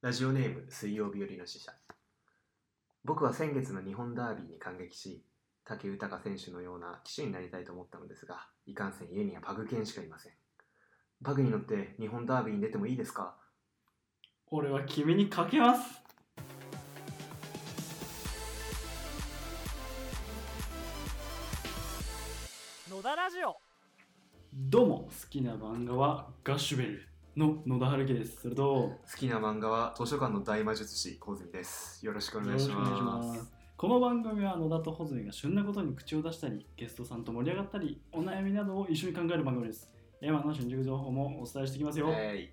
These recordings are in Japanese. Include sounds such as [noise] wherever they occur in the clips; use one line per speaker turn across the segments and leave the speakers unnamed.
ラジオネーム水曜日よりの死者僕は先月の日本ダービーに感激し武豊選手のような騎手になりたいと思ったのですがいかんせん家にはパグ犬しかいませんパグに乗って日本ダービーに出てもいいですか
俺は君にかけます
野田ラジオ
どうも好きな漫画はガッシュベルの野田春樹ですそれとよ
好きな漫画は図書館の大魔術師小泉ですよろしくお願いします
この番組は野田と穂積が旬なことに口を出したりゲストさんと盛り上がったりお悩みなどを一緒に考える番組です山の新宿情報もお伝えしていきますよ、
え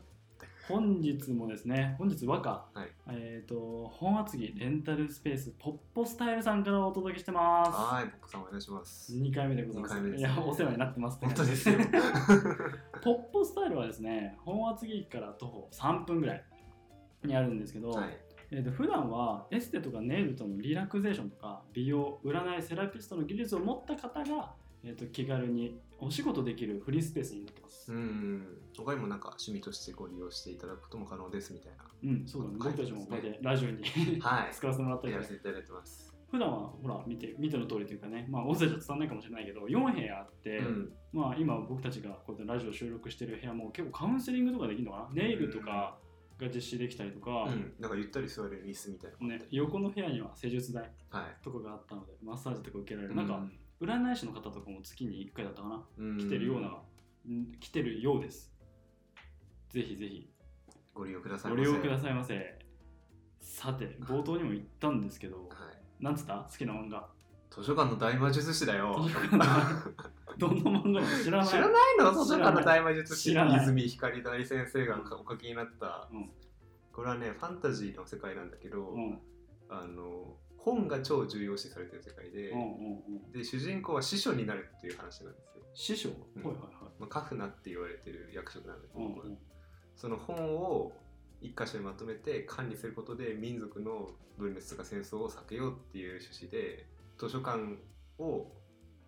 本日もですね本日和歌、
はい
えっ、と本厚木レンタルスペースポッポスタイルさんからお届けしてます
ー、はいポップさんお願いします
2回目でございます。
二回目です
い
ね
や、お世話になってますって
本
感じ
当ですよ
ポッポスタイルはですね、本厚木駅から徒歩3分ぐらいにあるんですけど、
はい
えー、と普段はエステとかネイルとのリラクゼーションとか、美容、占い、セラピストの技術を持った方が、えー、と気軽にお仕事できるフリースペースになってます。
うん他にもなんか趣味としてご利用していただくことも可能ですみたいな
うん、そうだね。
はい
僕たちもこうやってラジオに [laughs]
はい
使わせてもらったり
やら
とか
せ、ていただいてます
普段はほら、見て、見ての通りというかね、まあ、音声じゃ伝わんないかもしれないけど、4部屋あって、
うん
まあ、今僕たちがこうやってラジオ収録してる部屋も結構カウンセリングとかできるのかなネイルとかが実施できたりとか、
うんなんかゆったり座れる椅子みたいなのがあっ
ね
た、り
横の部屋には施術台
はい
とかがあったのでマッサージとか受けられる、なんか占い師の方とかも月に1回だったかな、
うん
来てるような、うん来てるようですぜひぜひ
ご利用ください
ご
ま
利
せ
用くださいませさて冒頭にも言ったんですけ
[laughs]
ど
はい
なんつった好きな漫画 [laughs]
図書館の大魔術師だよ
図書館のどんな漫画でも知らない
知らないの図書館の大魔術師
知らない
泉光大先生がお書きになった、
うん
これはねファンタジーの世界なんだけど、
うんうん
あの本が超重要視されてる世界で、
うんうん
で主人公は司書になるっていう話なんですよ、
師匠、
うん
はいはいはい
まあ、カフナって言われてる役職なんだけど、
うんうん
その本を一箇所にまとめて管理することで民族の分裂とか戦争を避けようっていう趣旨で図書館を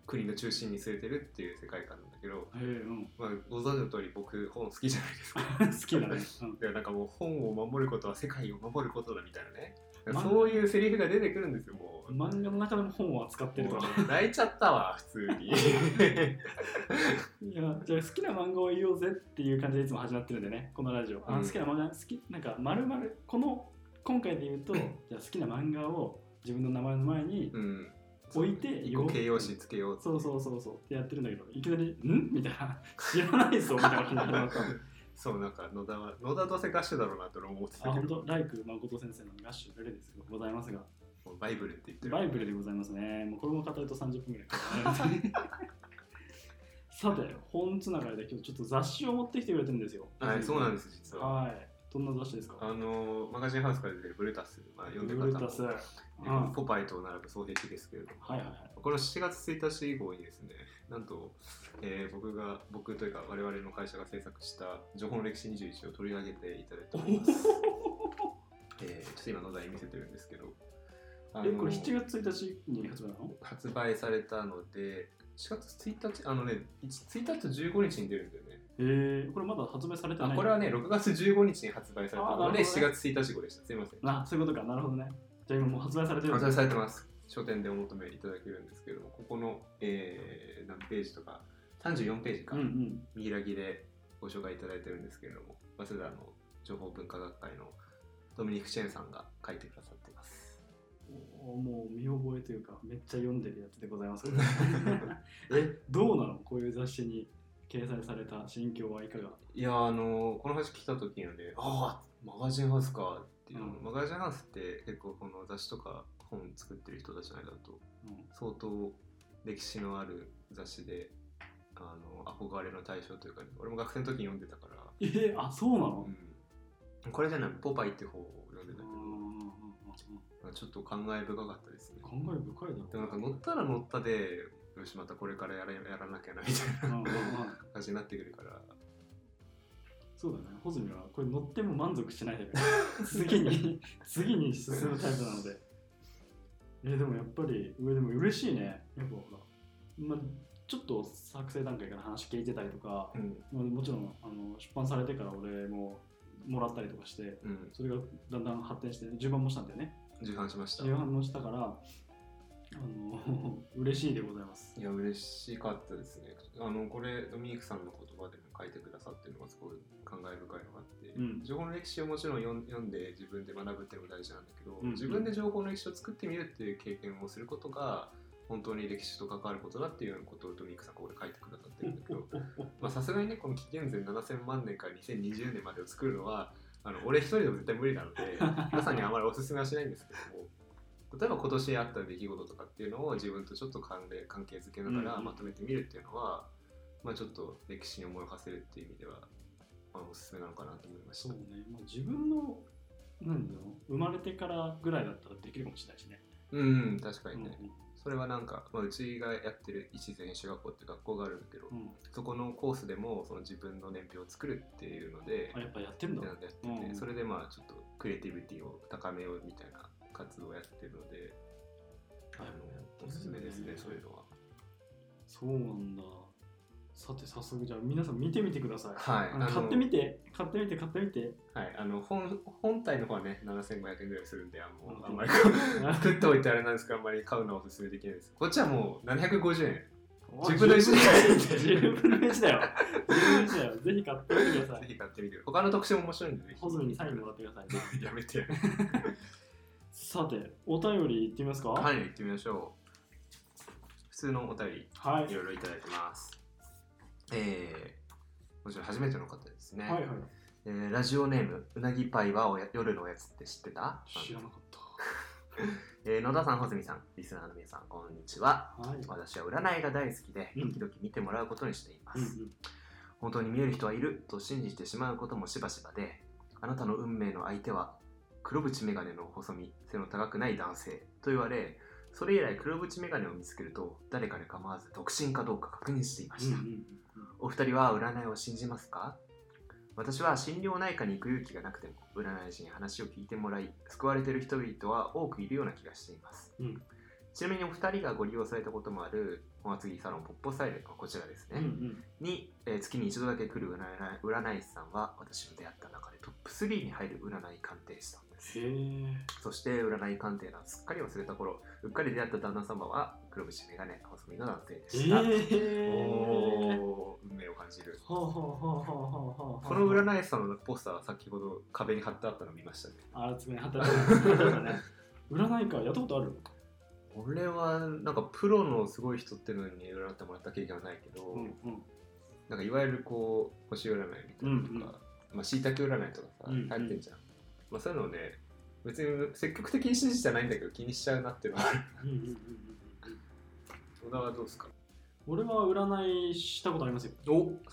国の中心に据えてるっていう世界観なんだけど、
へえうん、
まあ、ご存知の通り僕本好きじゃないですか。 [laughs]
好きだね、うん
でなんかもう本を守ることは世界を守ることだみたいなね
まあ
そういうセリフが出てくるんですよもう。
漫画の中でも本を扱ってると
も
か、
う泣いちゃったわ普通
[laughs]
に
いやじゃあ好きな漫画を言おうぜっていう感じでいつも始まってるんでねこのラジオ、あ
うん
好きな漫画好きなんかまるまるこの今回で言うとじゃあ好きな漫画を自分の名前の前に、
うん
置いて
一個形容詞つけよう
そうそうそうそうってやってるんだけどいきなり「ん?」みたいな「知らないぞ」みたいな感じにな
[laughs]
った
そうなんか野田は野田どうせガッシュだろうなと俺思ってたけ
あ本
ど
当ライク誠先生のガッシュベルですがございますが
もうバイブルって言ってる
バイブルでございますね。もうこれも語ると30分ぐらい [laughs] かかる。さて、本つながりで今日ちょっと雑誌を持ってきてくれてるんですよ。。
はいそうなんですす実は
はい。どんな雑誌ですか
あのマガジンハウスから出てるブルータス、まあ、読んでる
ブ
方も
ルータス。うん
え
は
ポパイと並ぶ総兵器ですけれども
いはいはい。
この7月1日以降にですね、なんと、えー僕が、僕というか我々の会社が制作した情報の歴史21を取り上げていただいており
[laughs]
ます。えーちょっと今野田に見せてるんですけど、あ
え、
の
これ7月1日に発売なの
発売されたので、4月1日、あのね、1, 1日と15日に出るんだよね。
えー、これまだ発売されて
あ
ない。
これはね、6月15日に発売された
あー
の
な
で、
るほ
4
どね
月1日号でした。すいません。
あ、そういうことか。なるほどね。じゃあ今もう発売されてるん
発
だ
売されてます。書店でお求めいただけるんですけれども、ここの、えー何ページとか、34ページか。
うんうん。
見開きでご紹介いただいてるんですけれども早稲田の情報文化学会のドミニク・チェンさんが書いてくださって
[laughs]
ます
おもう見覚えというか、めっちゃ読んでるやつでござい [laughs] ますけどえ、どうなのこういう雑誌に掲載された心境はいかが
いやーあのーこの話聞いた時にはねああマガジンハウスかっていう、
うん
マガジンハウスって結構この雑誌とか本作ってる人たちの間だと
うん
相当歴史のある雑誌であの憧れの対象というか、俺も学生の時に読んでたから、
えー、あ、そうなの
うん、これじゃないポパイって方を読んでたけ
うんうんうんうん
どちょっと感慨深かったですね
考え深いだろ
でもなんか乗ったら乗ったでよしまたこれからやらやらなきゃなみたいな
うんうんうん
感じになってくるから
そうだね、穂積はこれ乗っても満足しないタイ [laughs] プ次に、次に進むタイプなので。え、でもやっぱり、上でも嬉しいね。やっぱほら、まあ、ちょっと作成段階から話聞いてたりとか、
うん
まあ、もちろんあの出版されてから俺ももらったりとかして、
うん、
それがだんだん発展して、10番もしたんだよね。
受感しました。
10番もしたから、あの嬉しいでございます。
いや、嬉しかったですね。あの、これ、ドミニクさんの言葉でも書いてくださってるのがすごい感慨深いのがあって、
うん
情報の歴史をもちろん読ん読んで自分で学ぶっていうのも大事なんだけど、
うん
自分で情報の歴史を作ってみるっていう経験をすることが、本当に歴史と関わることだっていうようなことをドミニクさんここで書いてくださってるんだけど、
[laughs]
まあさすがにね、この紀元前7000万年から2020年までを作るのは、あの俺一人でも絶対無理なので、皆さんにあまりお勧めはしないんですけども、例えば今年あった出来事とかっていうのを自分とちょっと関連関係づけなが
うん
ら
うん
まとめてみるっていうのは、まあちょっと歴史に思いを馳せるっていう意味では、まあ、おすすめなのかなと思いまし
そ
た。
うね、まあ、自分のなんだろう生まれてからぐらいだったらできるかもしれないしね。
うん、確か
うん
にね。それはなんか、まあ、うちがやってる一前小学校って学校があるんだけど、
うんうん
そこのコースでもその自分の年表を作るっていうので
あ、やっぱやってん
み
だ
たい。なのやってて、
うん
それでまあちょっとクリエイティビティを高めようみたいな活動をやってるので、あのおすすめですね、そういうのは。
そうなんだ。さて、早速じゃあ皆さん見てみてください。
はい
あ
あ
の
の
買ってみて、買ってみて、買ってみて。
はい、あの本本体の方はね、7500円ぐらいするんで、あも
うん
うあん
[laughs]
まり作っておいてあれなんですけど、あんまり買うのはおすすめできないです。こっちはもう750円、自分の意思
自分の意思だよ。自分の意思だよ。ぜひ買ってみてくださ
ぜ
い。
ひ買ってみてください。他の特集も面白いんでね。
ホズミにサインもらってください、ね。
やめて。
さて、お便りいってみますか
はい、行ってみましょう。普通のお便り、
はい。
いろいろいただいてます。えー、もちろん初めての方ですね。
はいはい。
えーラジオネーム、うなぎパイはおや夜のおやつって知ってた
知らなかっ
えー野田さん、穂積さん、リスナーの皆さん、こんにちは。
た。はい。
私は占いが大好きで、
うん
時々見てもらうことにしていま
う
す。
んうん
本当に見える人はいると信じてしまうこともしばしばで、あなたの運命の相手は、黒縁メガネの細身、背の高くない男性と言われ、それ以来黒縁メガネを見つけると、誰かに構わず独身かどうか確認していま
うん
した。
うん
お二人は占いを信じますか私は心療内科に行く勇気がなくても占い師に話を聞いてもらい救われている人々は多くいるような気がしています、
うん
ちなみにお二人がご利用されたこともあるお祭りサロンポッポサイレンはこちらです
うんう
ね、
ん
に、えー月に一度だけ来る占い占い師さんは私の出会った中でトップ3に入る占い鑑定士さんです
へえ。
そして占い鑑定団すっかり忘れた頃うっかり出会った旦那様は黒縁メガネ細身の男性で
え
した、
ー。
おー運命を感じる
はあはあはあはあはあはあ。
この占い師さんのポスターは先ほど壁に貼ってあったの見ましたね。
あ、つめ働いてる働いてるね。占いか、やったことある
俺はなんかプロのすごい人ってのに占ってもらった経験はないけど、
うんうん。
なんかいわゆるこう星占いみたいなのとか、
うんうん
まあ椎茸占いとかさ
うんうん
入ってんじゃん。まあそういうのをね別に積極的に信じてないんだけど気にしちゃうなっていうのはある。
うんうんうんうん
小田はどうですか？
俺は占いしたことありますよ。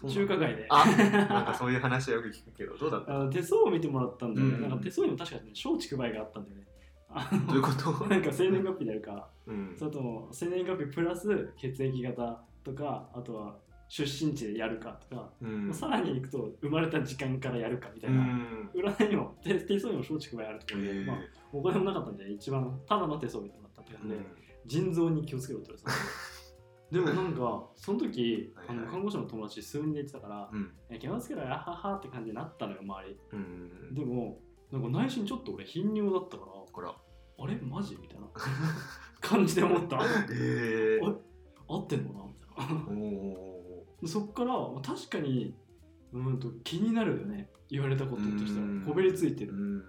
お
中華街で。
あなんかそういう話はよく聞くけどどうだ
[laughs]
った？
あの手相を見てもらったんだよね。
うん
なんか手相にも確かね、松竹梅があったんだよね。あの
どういうこと？
なんか生年月日であるか、
うん
それとも生年月日プラス血液型とか、あとは出身地でやるかとか、
うん
さらに行くと生まれた時間からやるかみた
う
いな。
ん
占いにも手手相にも松竹梅あると
え
かで、
ー
まあ、お金もなかったんで、一番ただの手相を見てもらったって感
う
じで。
ん
腎臓に気をつけろって言われてた
[laughs]
でもなんかその時
はい
あ
はい
の看護師の友達数人で言ってたから
うん
え「気をつけろよあはは」って感じになったのよ周り
うん
でもなんか内心ちょっと俺頻尿だったか
ほら
らあれマジみ
[laughs]
たいな感じで思った
えー
おい合ってんのかなみたいな
おお
でそっからまあ確かにうんと気になるよね言われたこととしたら
うん
こびりついて
う
る
ん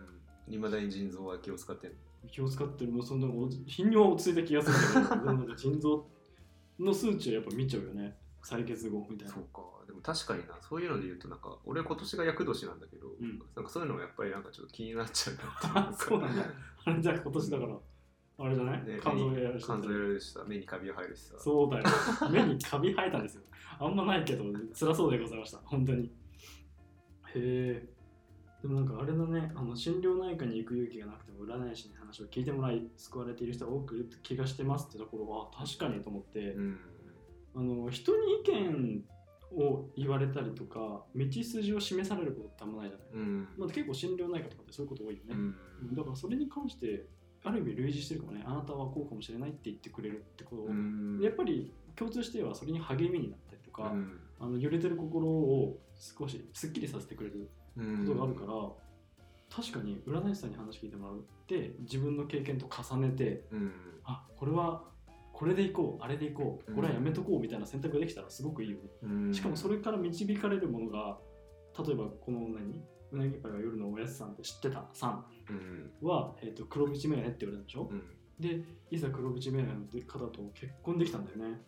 未だに腎臓は気を使ってる
気を使ってるもうそんなお頻尿は落ち着いた気がするけどでもなんか腎臓の数値はやっぱ見ちゃうよね採血後みたいな
そうかでも確かになそういうので言うとなんか俺今年が厄年なんだけど、
ん
なんかそういうのもやっぱりなんかちょっと気になっちゃうな
あ
っていか
[laughs] そうなんだ。あれじゃあ今年だから、あれじゃない、
ね
肝臓やられてた
肝臓やられるしさ目にカビが入るしさ
そうだよ。目にカビ生えたんですよ。あんまないけど、辛そうでございました。本当に。へえ。でもなんかあれだね、あの心療内科に行く勇気がなくても占い師に話を聞いてもらい、救われている人が多くいる気がしてますってところは確かにと思って、
うん
あの人に意見を言われたりとか、道筋を示されることってあんまないじゃない。
うん、
まあ、結構心療内科とかってそういうこと多いよ
う
ね。
ん
うんだからそれに関してある意味類似してるかもねあなたはこうかもしれないって言ってくれるってことを、
うん
やっぱり共通してはそれに励みになったりとか、
うん
あの揺れてる心を少しすっきりさせてくれる
ううん
ことがあるから、確かに占い師さんに話聞いてもらって自分の経験と重ねて
うん
あこれはこれでいこうあれでいこ
う
うんこれはやめとこうみたいな選択ができたらすごくいいよね、
うん
しかもそれから導かれるものが例えばこの何うなぎパイが夜のおやつさんって知ってたさん
うん
は、えー、と黒縁メガネって言われたでしょ、
うん
でいざ黒縁メガネの方と結婚できたんだよね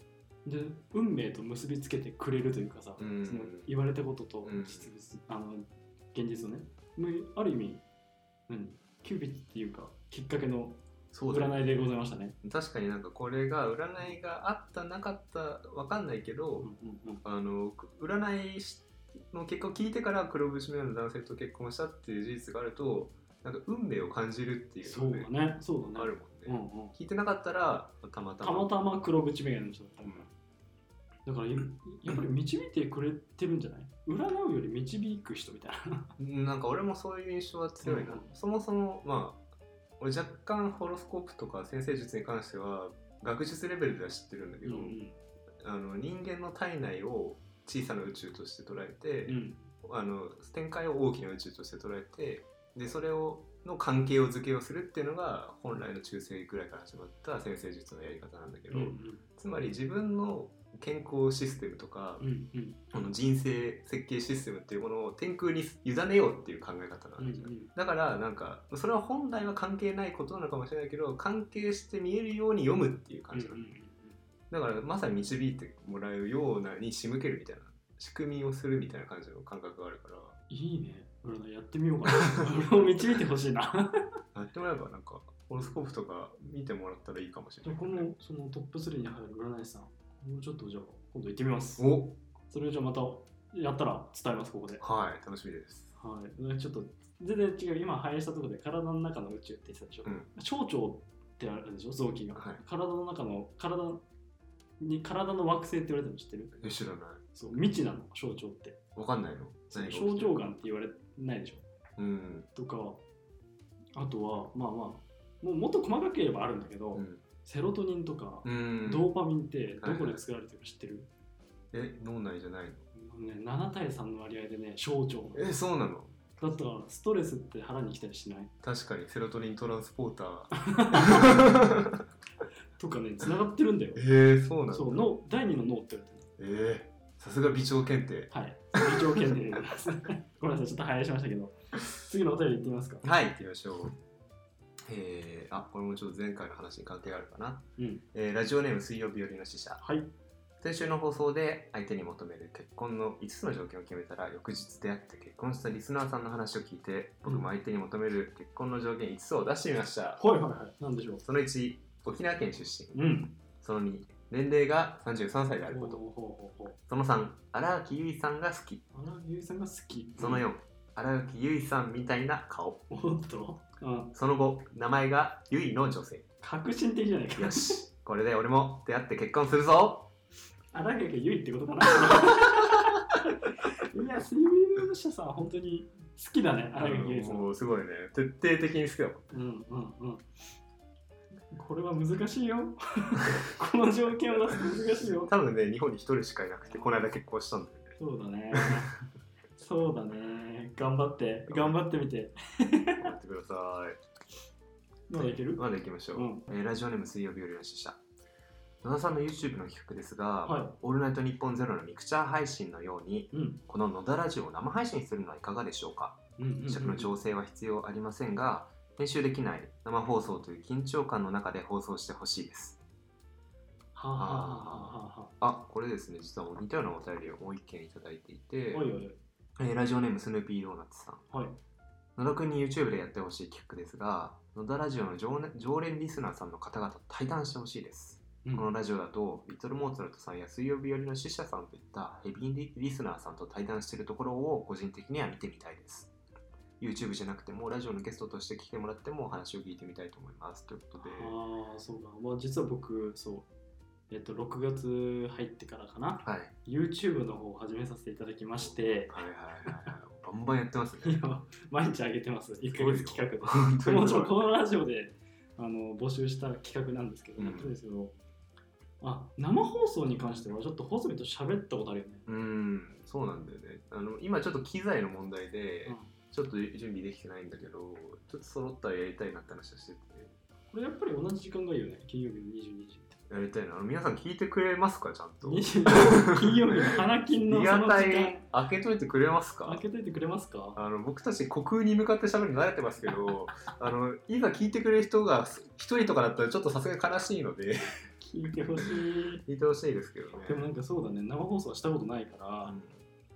で運命と結びつけてくれるというかさ、
うん
その言われたことと
うん
実物、あの現実をねもうある意味何キューピッチっていうかきっかけの
そうだね
占いでございましたね
確かになんかこれが占いがあったなかったわかんないけど、
うんうんうん
あのく占い師の結果を聞いてから黒節メガネの男性と結婚したっていう事実があるとなんか運命を感じるっていう
そう
の
だね、そうだ
あ
ね。
るもんね、
うんうん、
聞いてなかったらたまたま
たまたま黒縁メガネの人だったから。だからややっぱり導いてくれてるんじゃない占うより導く人みたいな。
うんなんか俺もそういう印象は強いな、
うん
そもそもまあ俺若干ホロスコープとか先生術に関しては学術レベルでは知ってるんだけど、あの人間の体内を小さな宇宙として捉えて、
うん
あの展開を大きな宇宙として捉えてでそれをの関係を付けをするっていうのが本来の中世ぐらいから始まった先生術のやり方なんだけ
う
ど、
んうん
つまり自分の健康システムとか、
うんうん
この人生設計システムっていうものを天空に委ねようっていう考え方な
うんん
です
う
よ、
ん
だからなんかそれは本来は関係ないことなのかもしれないけど関係して見えるように読むっていう感じなの、だからまさに導いてもらうようなに仕向けるみたいな仕組みをするみたいな感じの感覚があるから
いいね。占いやってみようかな。 [laughs] 俺も導いてほしいな。 [laughs]
やってもらえばなんかホロスコープとか見てもらったらいいかもし
じ
れ
ゃあ
ない
このそのトップ3に入る占い師さん、もうちょっとじゃあ今度行ってみます。
お
それをじゃあまたやったら伝えます、ここで。
はい楽しみです
はい、ちょっと全然違う今反映したところで体の中の宇宙って言ってたでしょ、
うん
小腸ってあるでしょ臓器が、
はい
体の中の体に体の惑星って言われても知ってる
え知らない
そう未知なの小腸って
わかんないの何が起きて
小
る
腸がんって言われないでしょ
うん
とかあとはまあまあもうもっと細かければあるんだけど、
うん
セロトニンとか、
うん
ドーパミンってどこで作られてるか知ってる、
え脳内じゃないの
ね、7対3の割合でね小腸の
えそうなの
だったらストレスって腹に来たりしない
確かにセロトニントランスポーター
[laughs] とかね繋がってるんだよ
えー、そうなの
そう、脳、第二の脳って言われてる。
えー、さすが美腸検定
はい。微条件でございます。 [laughs] ごめんなさい、ちょっと早いしましたけど。次のお便りいってみますか。
はい、行ってみましょう。えー、あ、これもちょっと前回の話に関係があるかな。
うん
えーラジオネーム水曜日よりの死者。
はい。
先週の放送で相手に求める結婚の5つの条件を決めたら翌日出会って結婚したリスナーさんの話を聞いて僕も相手に求める結婚の条件5つを出してみました。
はいはいはい。なんでしょう。
その1、沖縄県出身。
うん。
その2、年齢が33歳である
ほ
こ
う
と。
ほうほうほ
その3、荒木結衣さんが好き。
う。荒木優衣さんが好き。
その4、荒木結衣さんみたいな顔。
おっと。うん。
その5、名前が結衣の女性。
革新的じゃないか
よ。し、これで俺も出会って結婚するぞ
荒木優衣ってこと
[laughs]
かな。いや、水曜日の社さん、本当に好きだね、荒木優衣さん。
もうすごいね、徹底的に好きだもん。
うんうんうん。これは難しいよ。 [laughs] この条件を出すの難しいよ。
多分ね、日本に一人しかいなくて、この間結婚したんだよね。
そうだね。そうだね。頑張って、頑張ってみて。
頑張ってくださ
まだいけ
い。
る
まだ行きましょう。
うん
えーラジオネーム水曜日よりのし者野田さんの YouTube の企画ですが、
はい
オールナイトニッポンゼロのミクチャー配信のように、
うん。
この野田ラジオを生配信するのはいかがでしょうか
うん
尺の調整は必要ありませんが、編集できない生放送という緊張感の中で放送してほしいです。
はあはあは
あ、これですね、実は似たようなお便りをもう一件いただいていて
あはあ。、おいおい
えーラジオネームスヌーピードーナツさん。
おい。はい。
野田くんに YouTube でやってほしい企画ですが、野田ラジオの常連常連リスナーさんの方々と対談してほしいです。
うん
このラジオだと、リトルモーツァルトさんや水曜日よりの死者さんといったヘビーリスナーさんと対談しているところを個人的には見てみたいです。YouTube じゃなくても、ラジオのゲストとして来てもらってもお話を聞いてみたいと思います。ということで、
ああ、そうか。まあ実は僕、そう。えっと、6月入ってからかな。
はい、
YouTube の方を始めさせていただきまして、
はいはいはいはい。バンバンやってますね。
今、毎日上げてます。1ヶ
ごいよ
月企画で。
本当に
もちろんこのラジオであの募集した企画なんですけど、
うん
やってるんですけどあ生放送に関してはちょっと穂積と喋ったことあるよね
うんそうなんだよねあの今ちょっと機材の問題で、
うん
ちょっと準備できてないんだけどちょっと揃ったらやりたいなって話をしてて
これやっぱり同じ時間がいいよね金曜日の22時
やりたいなあの皆さん聞いてくれますかちゃんと
22金 [laughs] 曜日の花金の
リ
そ
ア
の
タ
時
イ
間
開けといてくれますか
開けといてくれますか
あの僕たち虚空に向かって喋るの慣れてますけ
[laughs]
どあの今聞いてくれる人が一人とかだったらちょっとさすがに悲しいので
聞いてほしい
聞いてほしいですけどね
でもなんかそうだね生放送はしたことないから、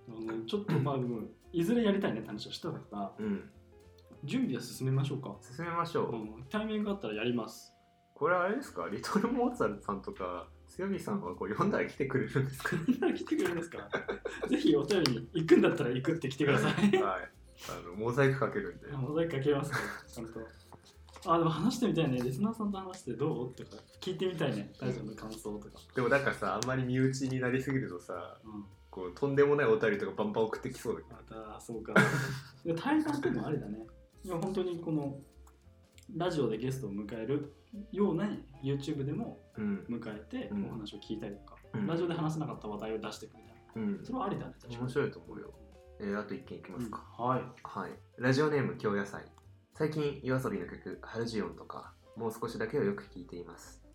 あのちょっとまあでもいずれやりたいねって話をしてたから
うん、うん
準備は進めましょうか、
進めましょう、
うん、タイミングがあったらやります
これあれですかリトル・モーツァルトさんとか強火さんはこう読んだら来てくれるんですか
みんな来てくれるんですか [laughs] ぜひお便りに行くんだったら行くって来てください
[laughs] はいあのモザイクかけるんで
モザイクかけますからちゃんと。あ、でも話してみたいね。リスナーさんと話してどうとか聞いてみたいね。大丈夫の感想とか。
でもなんかさあんまり身内になりすぎるとさ
うん、
こうとんでもないお便りとかバンバン送ってきそうだけど
また、そうか。 [laughs] で対談っていうのもあれだね。いや、本当にこのラジオでゲストを迎えるような YouTube でも
うん
迎えて
うん
お話を聞いたりとか、
うん
ラジオで話せなかった話題を出していくみたいな。
うん
それはありだね、確かに。
面白いと思うよ、えーあと一件いきま
う
す
ん
か、
はい。
はい、ラジオネーム京野菜最近 YOASOBI の曲「ハルジオン」とかもう少しだけをよく聴いています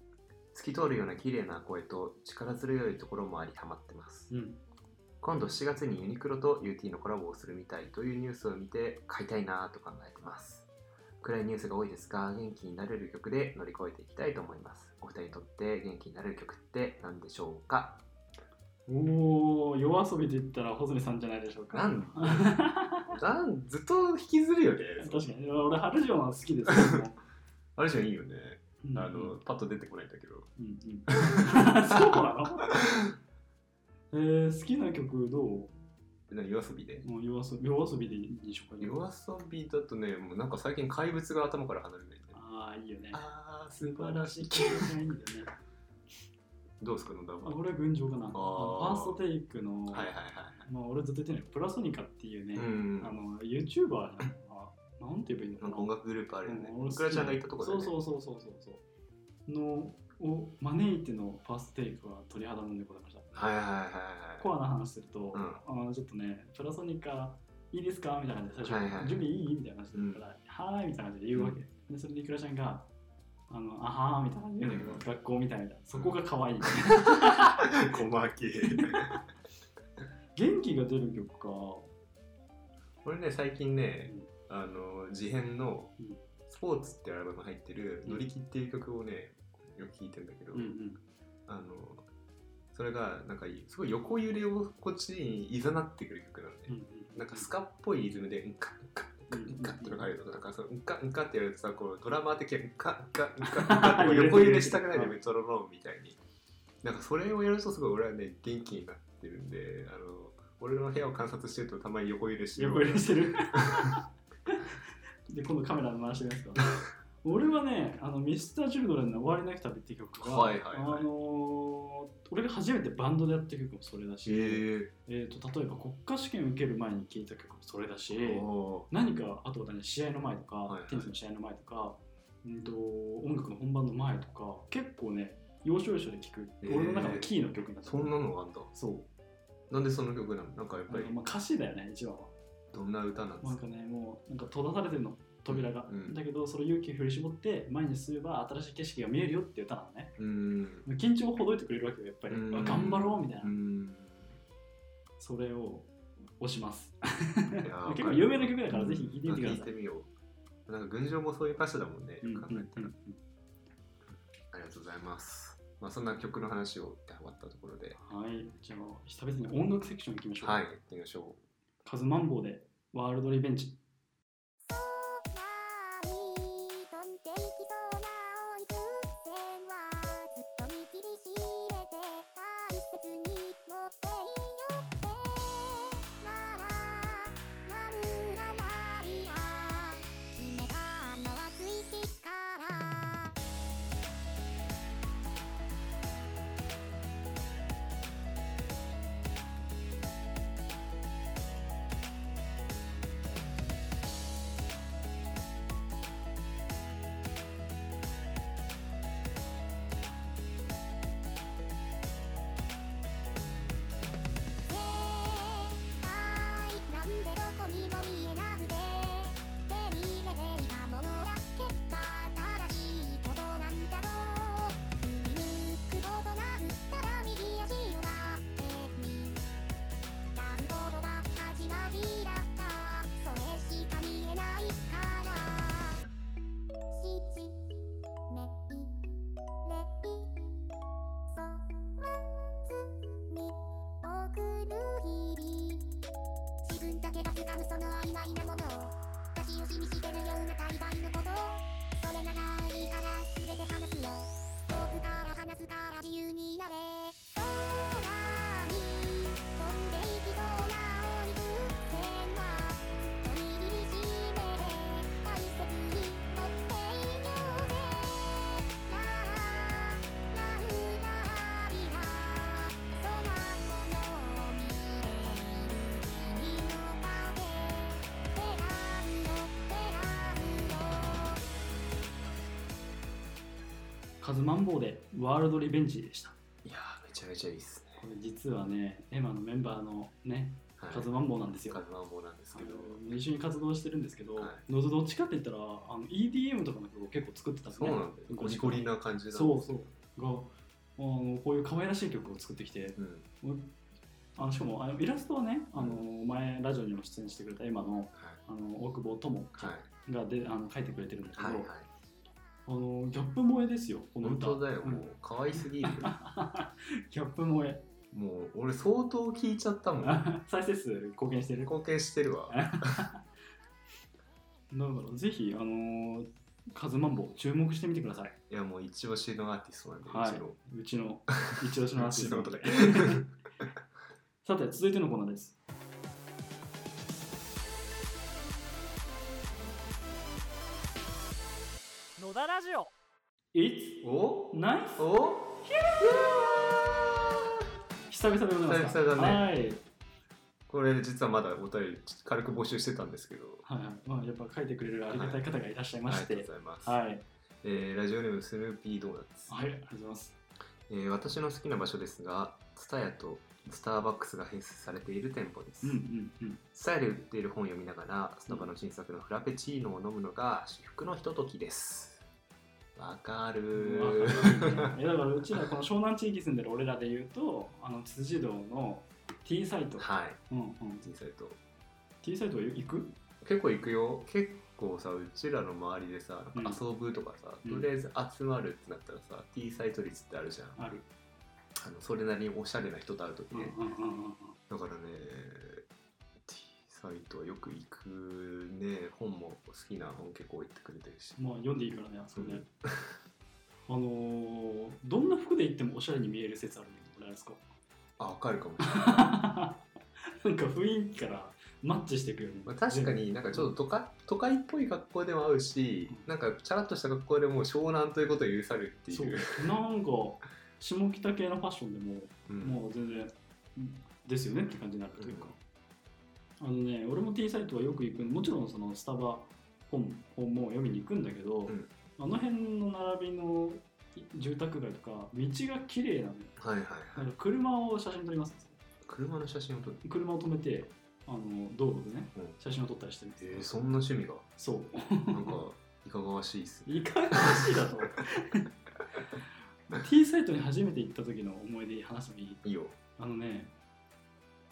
透き通るような綺麗な声と力強いところもありハマってます
うん。
今度7月にユニクロと UT のコラボをするみたいというニュースを見て買いたいなぁと考えてます暗いニュースが多いですが元気になれる曲で乗り越えていきたいと思いますお二人にとって元気になれる曲って何でしょうか
おー、夜遊びで言ったら、穂積さんじゃないでしょうか。 [laughs]
なんなんずっと引きずるよね
確かに。俺、ハルジオンは好きです
[laughs]
けどね。
ハルジオンいいよね
うん
あの、パッと出てこないんだけど
うんうん、 [laughs] そうなのえー、好きな曲どう
何夜遊びで
もう夜遊び夜遊びでいいでしょうか
夜遊びだとねもうなんか最近怪物が頭から離れないね
ああ、いいよね。
あー
素
素
晴
晴
ら
ら
し
し
い
い。
いいよね。
どうですか野田は
あ、俺は群青かな。ファ
あー
ーストテイクの、
はいはいは
まあ、俺ずっと言ってない、プラソニカっていうね、
いうん
あの、YouTuber なのかな。なんて言えばいいのか
なん
な。
か音楽グループあるよね
うん俺好き
くらちゃんが行ったとこだよね
そうそうそうそうそうそう。の、を招いてのファーストテイクは鳥肌もんでございました。
はいはいはいはい
コアな話すると、
うん
あのちょっとね、プラソニカいいですかみたいな感じで、最初、
はいはい
準備いいみたいな話だから、はーいみたいな感じで言うわけ。で、それでイクラちゃんが、あの、あはーみたいな感じで言うんだけど、学校みたいな、そこが可愛い。
小 [laughs] 牧
元気が出る曲か。
俺ね最近
う
ね
ん
あの自編の
うん
「スポーツ」ってアルバム入ってる「
うん
乗り切」っていう曲をねよく聴いてんだけど、
うんうん。
あのそれがなんかすごい横揺れをこっちにいざなってくる曲なのね、
うんうん、
なんかスカっぽいリズムで、うんか、うんか、うんか、うんかってのが入ると、なんかその、うんか、うんかってやるとさ、こう、ドラマー的に、うんか、うんか、うんか、うんかってこう横揺れしたくなるメトロノームみたいに。なんかそれをやるとすごい俺はね、元気になってるんで、あの、俺の部屋を観察してるとたまに横揺れしてる。
横入れしてる。 [laughs] で、今度カメラ回してみますか。俺はね、あの、ミスター・チルドレンの終わりなき旅っていう曲が、
はいはいはい
あのー俺が初めてバンドでやった曲もそれだし、
え
えー、と例えば国家試験受ける前に聴いた曲もそれだし、
ー、お
何かあとはね試合の前とか、
はいはい
テニスの試合の前とか、うん、と音楽の本番の前とか結構ね要所要所で聴く、
えー
俺の中のキーの曲になっ
ー
て
そんなのがあんだ。
そう
なんでその曲なのなんかやっ
あ
ぱり
の、、まあ、歌詞だよね一番は
どんな歌なんで
な
す
ん
か
かねもうなんか閉ざされてるの扉が、
うんうん
だけどそれを勇気を振り絞って前に進めば新しい景色が見えるよっていう歌なのね
うーん。
緊張をほどいてくれるわけよやっぱり、
うん
あ頑張ろうみたい
うー
な、
ん。
それを押します
いやー
[laughs] 結構有名な曲だからぜひ聴いてみてください、
聴いてみよう。なんか群青もそういう歌詞だもんね、
うん
考えたら。ありがとうございます。まあ、そんな曲の話をって終わったところで、
はい、じゃあ久々に音楽セクション行きましょう。
はい、行ってみましょ
カズマンボウでワールドリベンジ。
空に飛んでいきそうな青い風船はずっと見切りしれて大切に持っていよってなら悪がないわ決めたのは水滴から「
カズマンボウでワールドリベンジでした。
いやーめちゃめちゃいいっすね。
これ実はね、エマのメンバーのね、
はい、
カズマンボウなんですよ。
カズマンボウなんですけど、
あの一緒に活動してるんですけど、
はい
どどっちかって言ったらあの EDM とかの曲を結構作ってたんで
そうなんだよ。ゴリゴリな感じなんですよ
そうそうがあのこういう可愛らしい曲を作ってきて
うん。
うあのしかもあのイラストはねあの前ラジオにも出演してくれた今の
はい。
あの大久保友ちゃ
はい。
んがであの書いてくれてるんだけど、
はいはい。
あのギャップ萌えですよこの
本
歌
当だよ、
うん [laughs]
もう可愛すぎる。
ギャップ萌え [laughs]
もう俺相当聞いちゃったも [laughs] ん。
再生数貢献してる
貢献してるわ。
だからぜひあのカズマンボウ注目してみてください
いやもう一押しのアーティストなんで、
はいう
ちの。
うちの一押しのアーティス
[laughs] う
ト
ちのとか
[laughs] さて続いてのコーナーです
野田ラジオ
It's
お
ナイス
お
久々でございます
久々だね
はい、はい
これ実はまだお便り軽く募集してたんですけど、
はいまあ、やっぱ書いてくれるありがたい方がいらっしゃいま
あり
し
がとう
て
ございます。
はい、はい、
えーラジオネームスヌーピードーナツ。
ありがとうございます
えー私の好きな場所ですが、ツタヤとスターバックスが併設されている店舗です。
うんうんうん
スタイル売っている本を読みながら、スタバの新作のフラペチーノを飲むのが至福のひとときです。わかるー。
えだからうちらこの湘南地域住んでる俺らで言うとあの辻堂の T サイト、
はい、
うんうん、
人生と。
T サイトは行く
結構行くよ。結構さ、うちらの周りでさ、なんか遊ぶとかさ、
うん
とりあえず集まるってなったらさ、T サイト率ってあるじゃん。
ある、
あのそれなりにおしゃれな人と会うとき
うんう
ね。
んうんうんうん
だからね、T サイトはよく行くね、本も好きな本結構置いてくれてるし。
まあ読んでいいからね、あそこね。あのー、どんな服で行ってもおしゃれに見える説あるんだけど、これあれですか [laughs]
あ、わかるかもしれない。
なんか雰囲気からマッチしていくよね。
まあ、確かになんかちょっと都会都会っぽい格好でも合うし、なんかチャラッとした格好でも湘南ということを許されるってい
そう
う。
なんか、下北系のファッションでも、
うん
もう全然、ですよねって感じになるというか。あのね、俺も T サイトはよく行く、もちろんそのスタバ本本も読みに行くんだけど、
ん
あの辺の並びの住宅街とか、道が綺麗なのよ。
はいはい
な
は
ん
い。
か車を写真撮ります。
車の写真を撮る。
車を止めてあの道路でね、
うん
写真を撮ったりしてるんですよ
えー、そんな趣味が、
そう
なんか、いかがわしいっすね。
いかがわしいだと
[laughs]
T サイトに初めて行った時の思い出話してもいい
いいよ。
あのね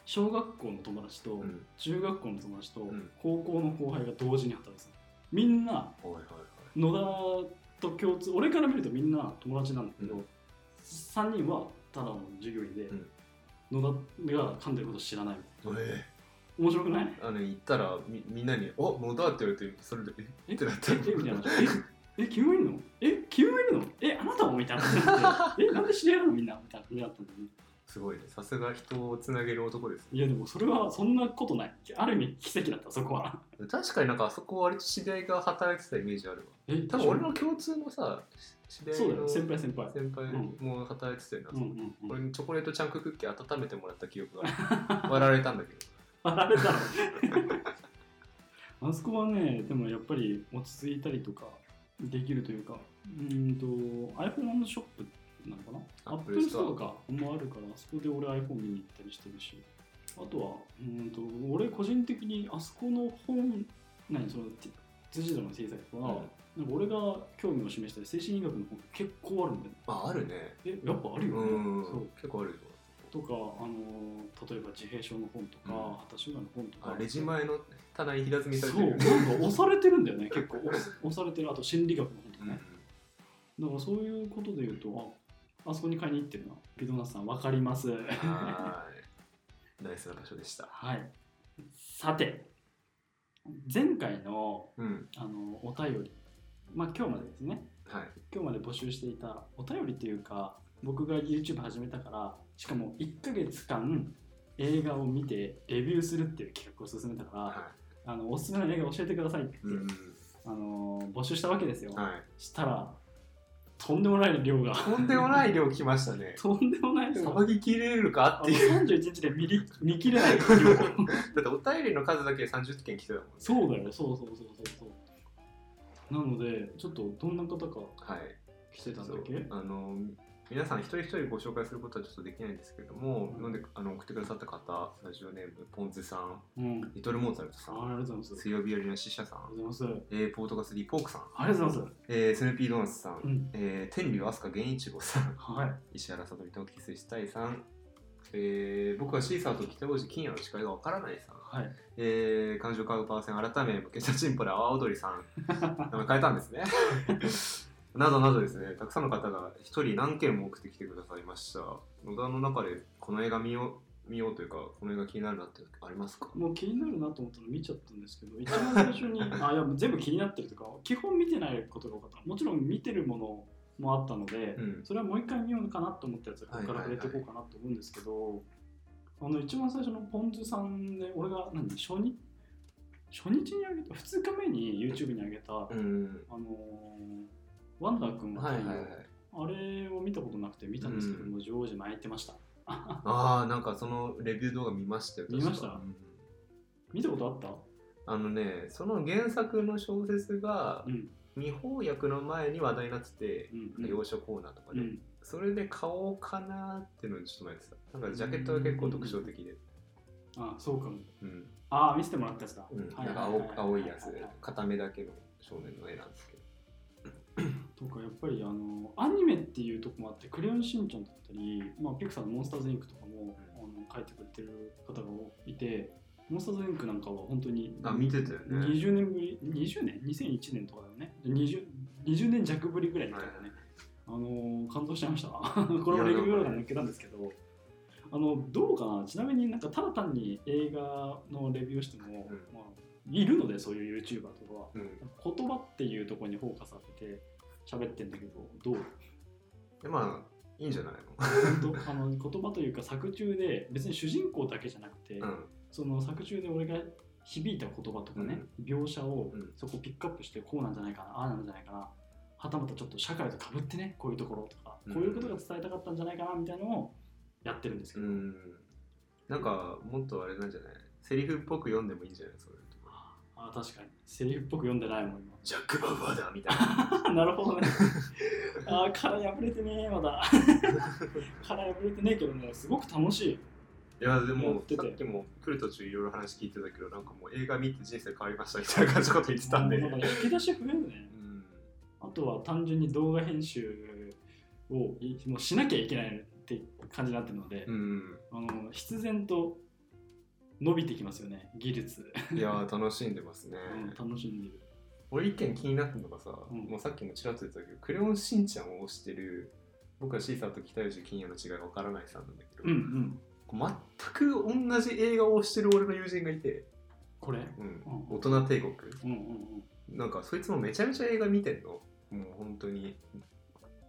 小学校の友達と
うん。
中学校の友達と
ん
高校の後輩が同時に働いてたみんな
はいはいはい。
野田と共通俺から見るとみんな友達なんだけど、
う
3人はただの従業員で、
うん
野田が噛んでること知らないみたい
え
な面白くない
ー、あの行ったらみみんなに「お野田」って言われてそれで「えっ?」ってなった
え、えみたいな。え、え君もいるのえ、君もいるのえ、あなたもみたいな。え、なんで知り合いなのみんなみたいな感じだったんだよね。
すごいねさすが人をつなげる男ですね
いや、でもそれはそんなことない。ある意味奇跡だった、そこは。
確かになんかあそこ割と知り合いが働いてたイメージあるわ
え、
多分俺の共通のさ知り合いの
そうだよ、先輩先輩。
先輩も働いてたよな、
うんうんうん。
これにチョコレートチャンククッキー温めてもらった記憶がある割られたんだけど
[laughs] あられたのあそこはね、でもやっぱり落ち着いたりとかできるというか、うーんと、iPhone ショップなのかな
Apple
?Apple ストアがもあるから、そこで俺 iPhone 見に行ったりしてるし、あとは、うーんと、俺個人的にあそこの本、何、その、て辻堂の小さいとか、なんか俺が興味を示したり、精神医学の本結構あるんだよ。
ああるね
え、やっぱある
う
よね。
ん
そう
結構あるよ
とか、あのー例えば自閉症の本とか、
うん
発達障害の本とか
あ、レジ前の棚に平積みされ
そ
て
う、な
る
んか押されてるんだよ
[laughs]
ね、結構。押す押されてる、あと心理学のこと
う
ね。だからそういうことで言うと、ああそこに買いに行ってるな。ピドナスさん、わかります。
んはーいナイスな場所でした
はい。さて、前回の
うん
あのお便り、まあ今日までですね、
はい
今日まで募集していたお便りというか、僕が YouTube 始めたから、しかも1ヶ月間映画を見てレビューするっていう企画を進めたから、
は
あのおすすめの映画教えてくださいって、
いうん
あの募集したわけですよ。
はい
したらとんでもない量が [laughs]
とんでもない量来ましたね
とんでもない量
さ
が
ばききれるか
あ
っ
の
ていう
31日で
[laughs]
見り見切れない量
だってお便りの数だけで30件来てたもんね
そうだよそうそうそうそうそうなのでちょっとどんな方か
はい
来してたん
そ
だ
う
っけ
あの皆さん一人一人ご紹介することはちょっとできないんですけども、
うん
なんであの送ってくださった方ラジオネームポンズさん
うん。
リトルモーツァルトさ
ああ
ん
りがとうございます。
水曜日よりの死者さ
あ
ん、
りがとうございます。
えーポートガスリーポークさん、
ありがとうございます。
えー、スヌーピードーナツさん、
うん。
えー、天竜飛鳥源一郎さん
はい。
石原さとりとキスしたいさん、えー、僕はシーサーと北王子金夜の誓いがわからないさん、
はい。
えー、感情カウパーセン改めケチャチンポラ阿波踊りさ
[laughs]
ん名前変えたんですねなどなどですねたくさんの方が一人何件も送ってきてくださいました野田の中でこの映画見よう見ようというかこの映画気になるなっていうのありますか
もう気になるなと思ったの見ちゃったんですけど、一番最初
[laughs]
に、あ、いや、全部気になってるとか、基本見てないことが多かった。もちろん見てるものもあったので、
うん
それはもう一回見ようかなと思ったやつはここから
はい
触
はい
れ
はい
ていこうかなと思うんですけど、あの一番最初のポン酢さんで俺が何初日初日にあげた2日目に YouTube にあげた、あ
うん
のーワンダー君
はいはいはい
あれを見たことなくて見たんですけど、
うん
もうジョージ泣いてました
ああなんかそのレビュー動画見ましたよ確か
見ました
うん
見たことあ
あのねその原作の小説が
ったうん
未翻訳の前に話題になってて
う、んうん
洋書コーナーとか
う
で、
ん
それで買おうかなーっていうのにちょっと迷ってた。なんかジャケットが結構特徴的で。
あそうかも
うん。
ああ見せてもらったやつだ、
うん。
は
ないんか
はい
青
はは
青いやつ
ははは、
片目だけの少年の絵なんですけど。
とかやっぱりあのアニメっていうとこもあって「クレヨンしんちゃん」だったり、まあ、ピクサーの「モンスターズインク」とかも、あの書いてくれてる方がいてモンスターズインクなんかは本当に
あ、見てたよね。
20年ぶり20年2001年とかだよね 20, 20年弱ぶりぐらいみたいなね、あのー感動しちゃいました [laughs] これもレビュー動画に載っけたんですけどあのどうかなちなみになんかただ単に映画のレビューをしても、
うん
まあ、いるのでそういう YouTuber とかは
うん。
言葉っていうところにフォーカス当てて喋ってんだけどどう [laughs]
で、まあ、いいんじゃない
本当あの言葉というか作中で別に主人公だけじゃなくて、
の
その作中で俺が響いた言葉とかね、描写を
うん
そこピックアップしてこうなんじゃないかなああなんじゃないかなはたまたちょっと社会とかぶってねこういうところとか、
うん
こういうことが伝えたかったんじゃないかなみたいなのをやってるんです
うん。
けど、
うん。なんか、もっとあれなんじゃないセリフっぽく読んでもいいんじゃないそれ。
ああ確かにセリフっぽく読んでないもん今
ジャック・バウアーだみたい
[laughs]
な。
なる
[laughs]
ほどねああ殻破れてねえまだ [laughs] 殻破れてねえけどねすごく楽しい
いや、で
や
も
っ、てて
さっきも来る途中いろいろ話聞いてたけど、なんかもう映画見て人生変わりましたみたいな感じのこと言ってたんで。
あの [laughs] なんか引き出し増えるね
うん。
あとは単純に動画編集をいもうしなきゃいけないって感じになってるので、
うん。
あの必然と伸びてきますよね技術、
いやー楽しんでますね。
うん楽しんでる
俺一件気になったのがさ、
うん
もうさっきもちらっと言ってたけど「クレヨンしんちゃん」を推してる僕はシーサーと北吉金也の違いわからないさんなんだけど、
うんうん
全く同じ映画を推してる俺の友人がいて、
これ
うん
うん
大人帝国
うんうん
なんかそいつもめちゃめちゃ映画見てんのもう本当に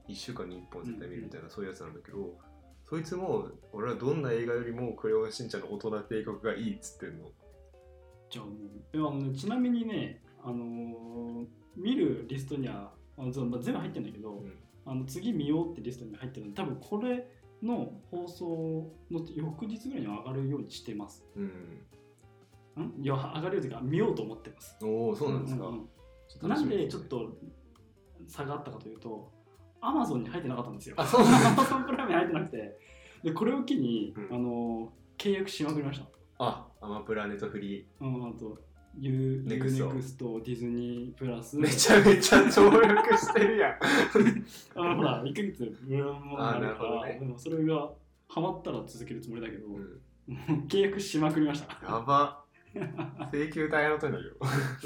1週間に1本絶対見るみたいな、そういうやつなんだけどそいつも俺はどんな映画よりも「クレヨンしんちゃん」の大人帝国がいいっつってんの
じゃあもういやあのねちなみにね、あのー見るリストにはあのずまあ全部入ってるんだけど、
うん
あの次見ようってリストに入ってるので多分これの放送の翌日ぐらいには上がるようにしてます
うん
んいや上がるようというか見ようと思ってます
おおそうなんですか、
ううん
ちょっと楽
な
し
ん
みすね
でちょっと差があったかというと、アマゾンに入ってなかったんですよ。
あそうなんだ
アマゾンプライムに入ってなくて、でこれを機に、
うん
あの契約しまくりました。
あアマプラネットフリー
うん、あと、ユーネク
Next
スト、ディズニープラス、
めちゃめちゃ協力してるやん。
あのほら、1ヶ月無料ものがあるか
あなるほど
ら、
ね
でもそれがハマったら続けるつもりだけど、契約しまくりました。 [laughs]
やば。請求大変なことになるよ。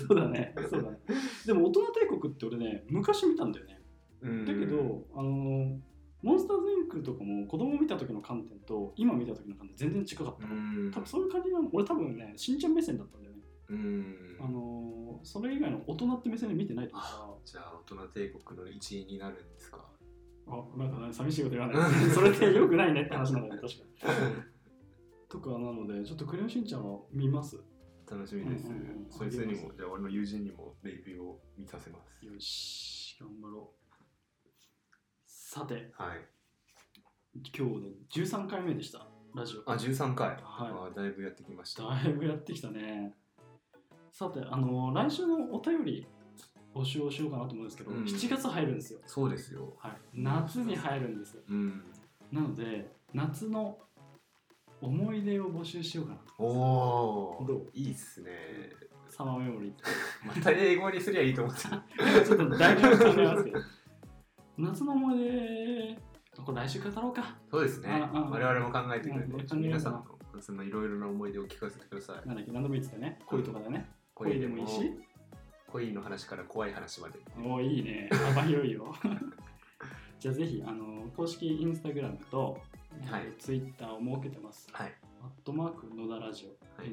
そうだね、そうだね。でも、大人帝国って俺ね、昔見たんだよね。
うん
だけど、あのモンスターズインクとかも子供見た時の観点と今見た時の観点全然近かった
う
の、
ん
多分そういう感じなの俺多分ねしんちゃん目線だったんだよね、
うん
あのそれ以外の大人って目線で見てないとか
じゃあ、大人帝国の一員になるんですか。
あなんかね寂しいこと言わない [laughs] それってよくないねって話
[laughs]
なんだよ確かにとかなのでちょっとクレヨンしんちゃんは見ます
楽しみです
うんうんうん。
そいつにも、じゃあ、俺の友人にもレビューを見させます。
よし頑張ろうさて
はい。
今日で13回目でしたラジオ
あ、13回。
は
あだいぶやってきました。
だいぶやってきたね。さて、あの来週のお便り募集をしようかなと思うんですけど、
うん
7月入るんですよ、
そうですよ。
はい、夏に入るんです
うん。
なので夏の思い出を募集しようかな
おお
どう。
いいっすね。
とサマーメモリーって
また英語にすりゃいいと思ってた。
[laughs] ちょっと大丈夫考えますけど。夏の思い出、これ来週語ろうか。
そうですね
ああ。あ
我々も考えていく
うんん
で、ちょっと皆さんのそのいろいろな思い出を聞かせてください。
なんだっけ、何でもいいですかね。恋とかだね。
恋
恋
で
で
も
もいいし。
恋の話から怖い話まで。
おーいいね。幅広いよ。 [laughs] じゃあぜひ、あの、公式インスタグラムと、
はい
ツイッターを設けてます。
はい。
アットマーク、野田ラジオ。
はい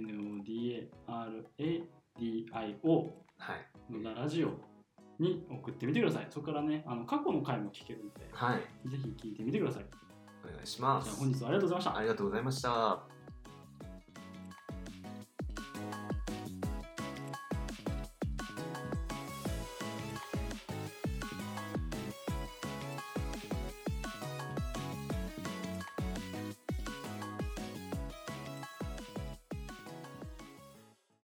NODARADIO。
はい。
野田ラジオ。に送ってみてください。そこからね、あの過去の回も聞けるので、
はい。
ぜひ聞いてみてください。じ
お願いしま
ゃあ
す。
本日はありがとうございました。
ありがとうございました。